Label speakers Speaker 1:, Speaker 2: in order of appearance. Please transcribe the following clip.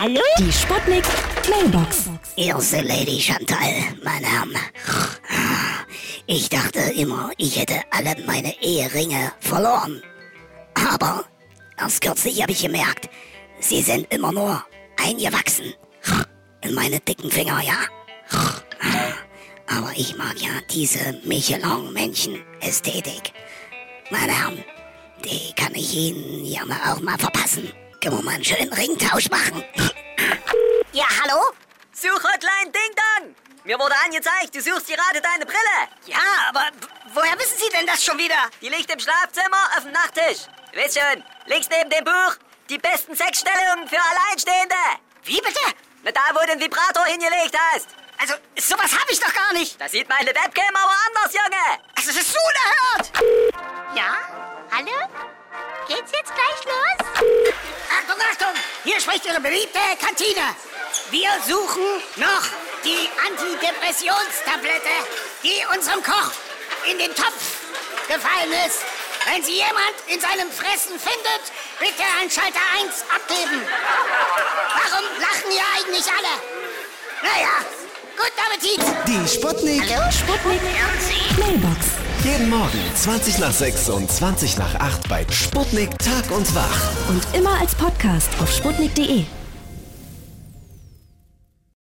Speaker 1: Hallo?
Speaker 2: Die Sputnik Mailbox.
Speaker 1: Erste Lady Chantal, mein Name. Ich dachte immer, ich hätte alle meine Eheringe verloren. Aber erst kürzlich habe ich gemerkt, sie sind immer nur eingewachsen. In meine dicken Finger, ja. Aber ich mag ja diese Michelin-Männchen-Ästhetik. Meine Herren, die kann ich Ihnen ja mal auch mal verpassen. Können wir mal einen schönen Ringtausch machen? Ja, hallo?
Speaker 3: Suchhotline Ding Dong! Mir wurde angezeigt, du suchst gerade deine Brille.
Speaker 1: Ja, aber w- woher wissen Sie denn das schon wieder?
Speaker 3: Die liegt im Schlafzimmer auf dem Nachttisch. Du weißt schon, links neben dem Buch, die besten Sexstellungen für Alleinstehende.
Speaker 1: Wie bitte?
Speaker 3: Na, da, wo du den Vibrator hingelegt hast.
Speaker 1: Also, sowas habe ich doch gar nicht.
Speaker 3: Da sieht meine Webcam aber anders, Junge.
Speaker 1: Also, das ist unerhört.
Speaker 4: Ja? Hallo? Geht's jetzt gleich los?
Speaker 1: Achtung, Achtung, hier spricht Ihre beliebte Kantine. Wir suchen noch die Antidepressionstablette, die unserem Koch in den Topf gefallen ist. Wenn sie jemand in seinem Fressen findet, bitte an Schalter 1 abgeben. Warum lachen hier eigentlich alle? Naja, guten Appetit.
Speaker 5: Die Sputnik.
Speaker 2: Sputnik Mailbox.
Speaker 5: Jeden Morgen 20 nach 6 und 20 nach 8 bei Sputnik Tag und Wach.
Speaker 2: Und immer als Podcast auf E. sputnik.de.